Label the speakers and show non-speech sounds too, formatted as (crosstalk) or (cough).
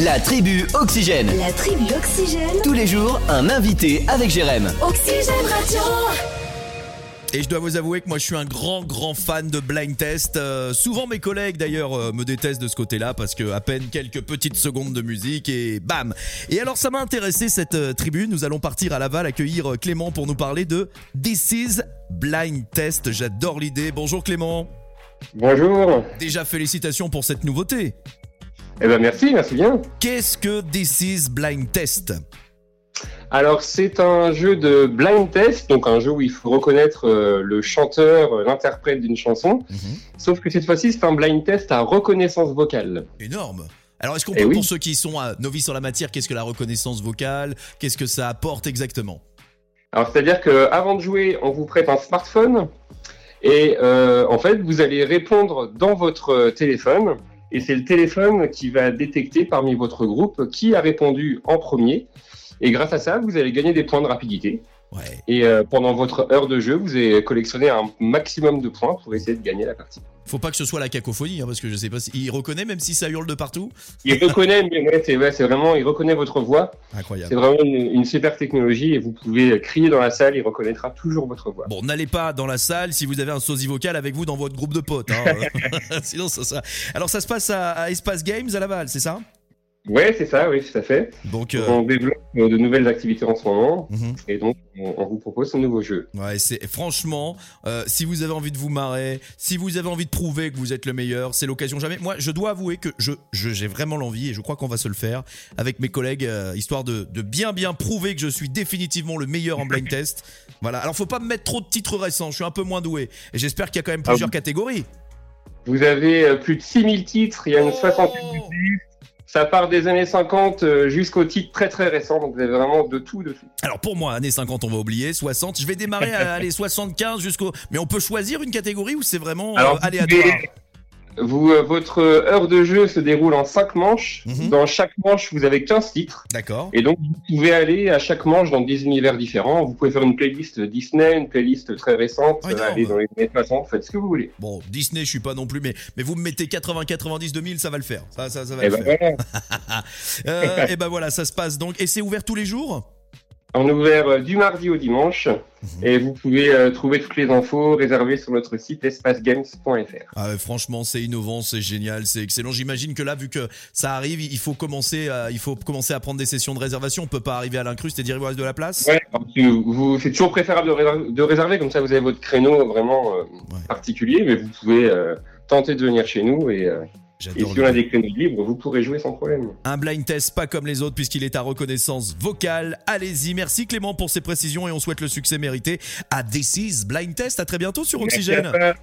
Speaker 1: La tribu Oxygène.
Speaker 2: La tribu Oxygène.
Speaker 1: Tous les jours, un invité avec Jérém.
Speaker 2: Oxygène Radio.
Speaker 3: Et je dois vous avouer que moi je suis un grand grand fan de blind test. Euh, souvent mes collègues d'ailleurs euh, me détestent de ce côté-là parce que à peine quelques petites secondes de musique et bam. Et alors ça m'a intéressé cette euh, tribune. Nous allons partir à Laval accueillir euh, Clément pour nous parler de This is Blind Test. J'adore l'idée. Bonjour Clément.
Speaker 4: Bonjour.
Speaker 3: Déjà félicitations pour cette nouveauté.
Speaker 4: Eh ben merci, merci bien.
Speaker 3: Qu'est-ce que This is Blind Test
Speaker 4: Alors c'est un jeu de blind test, donc un jeu où il faut reconnaître euh, le chanteur, euh, l'interprète d'une chanson. Sauf que cette fois-ci, c'est un blind test à reconnaissance vocale.
Speaker 3: Énorme. Alors est-ce qu'on
Speaker 4: Eh
Speaker 3: peut
Speaker 4: oui.
Speaker 3: pour ceux qui sont euh, novices en la matière, qu'est-ce que la reconnaissance vocale Qu'est-ce que ça apporte exactement
Speaker 4: Alors c'est-à-dire que avant de jouer, on vous prête un smartphone et euh, en fait vous allez répondre dans votre euh, téléphone et c'est le téléphone qui va détecter parmi votre groupe qui a répondu en premier. Et grâce à ça, vous allez gagner des points de rapidité.
Speaker 3: Ouais.
Speaker 4: Et euh, pendant votre heure de jeu, vous avez collectionné un maximum de points pour essayer de gagner la partie.
Speaker 3: Faut pas que ce soit la cacophonie, hein, parce que je sais pas si. Il reconnaît même si ça hurle de partout
Speaker 4: Il reconnaît, mais ouais, c'est ouais, c'est vraiment, il reconnaît votre voix. C'est
Speaker 3: Incroyable.
Speaker 4: vraiment une, une super technologie et vous pouvez crier dans la salle, il reconnaîtra toujours votre voix.
Speaker 3: Bon, n'allez pas dans la salle si vous avez un sosie vocal avec vous dans votre groupe de potes. hein. (laughs) Sinon, ça, ça. Alors, ça se passe à, à Espace Games à Laval, c'est ça
Speaker 4: Ouais, c'est ça, oui, tout à fait.
Speaker 3: Donc. euh,
Speaker 4: On développe euh, de nouvelles activités en ce moment
Speaker 3: mhm.
Speaker 4: et donc on, on vous propose ce nouveau jeu.
Speaker 3: Ouais, c'est franchement, euh, si vous avez envie de vous marrer, si vous avez envie de prouver que vous êtes le meilleur, c'est l'occasion jamais. Moi, je dois avouer que je je- j'ai vraiment l'envie et je crois qu'on va se le faire avec mes collègues, euh, histoire de, de bien bien prouver que je suis définitivement le meilleur en blind test. Voilà. Alors, faut pas me mettre trop de titres récents. Je suis un peu moins doué et j'espère qu'il y a quand même
Speaker 4: Ah
Speaker 3: plusieurs catégories.
Speaker 4: Vous avez euh, plus de 6000 titres, il y a une
Speaker 3: Oh
Speaker 4: soixantaine de Ça part des années 50 euh, jusqu'aux titres très très récents, donc vous avez vraiment de tout, de tout.
Speaker 3: Alors pour moi, années 50, on va oublier 60. Je vais démarrer
Speaker 4: (laughs)
Speaker 3: à les 75 jusqu'au. Mais on peut choisir une catégorie ou c'est vraiment
Speaker 4: Alors,
Speaker 3: euh, aléatoire.
Speaker 4: Vous, euh, votre heure de jeu se déroule en cinq manches.
Speaker 3: Mhm.
Speaker 4: Dans chaque manche, vous avez 15 titres.
Speaker 3: D'accord.
Speaker 4: Et donc, vous pouvez aller à chaque manche dans des univers différents. Vous pouvez faire une playlist Disney, une playlist très récente,
Speaker 3: Oh,
Speaker 4: euh,
Speaker 3: énorme.
Speaker 4: aller dans les années 60, faites ce que vous voulez.
Speaker 3: Bon, Disney, je suis pas non plus, mais, mais vous me mettez 80, 90, 2000, ça va le faire. Ça, ça, ça va
Speaker 4: Et
Speaker 3: le
Speaker 4: ben
Speaker 3: faire.
Speaker 4: voilà, (laughs)
Speaker 3: Euh, et ben voilà, ça se passe donc. Et c'est ouvert tous les jours
Speaker 4: on est ouvert euh, du mardi au dimanche.
Speaker 3: Mhm.
Speaker 4: Et vous pouvez euh, trouver toutes les infos réservées sur notre site espacegames.fr.
Speaker 3: Ah ouais, Franchement, c'est innovant, c'est génial, c'est excellent. J'imagine que là, vu que ça arrive, il faut commencer, à, il faut commencer à prendre des sessions de réservation. On peut pas arriver à l'incruste et dire il vous reste de la place.
Speaker 4: Ouais, alors, tu- vous, c'est toujours préférable de réserver, de réserver, comme ça vous avez votre créneau vraiment euh,
Speaker 3: Ouais.
Speaker 4: particulier, mais vous pouvez euh, tenter de venir chez nous et, euh, Et
Speaker 3: J'adore.
Speaker 4: si
Speaker 3: le-
Speaker 4: on a des créneaux libres, vous pourrez jouer sans problème.
Speaker 3: Un blind test pas comme les autres puisqu'il est à reconnaissance vocale. Allez-y, merci Clément pour ces précisions et on souhaite le succès mérité à This is Blind Test. À très bientôt sur Oxygène.
Speaker 4: Merci à toi.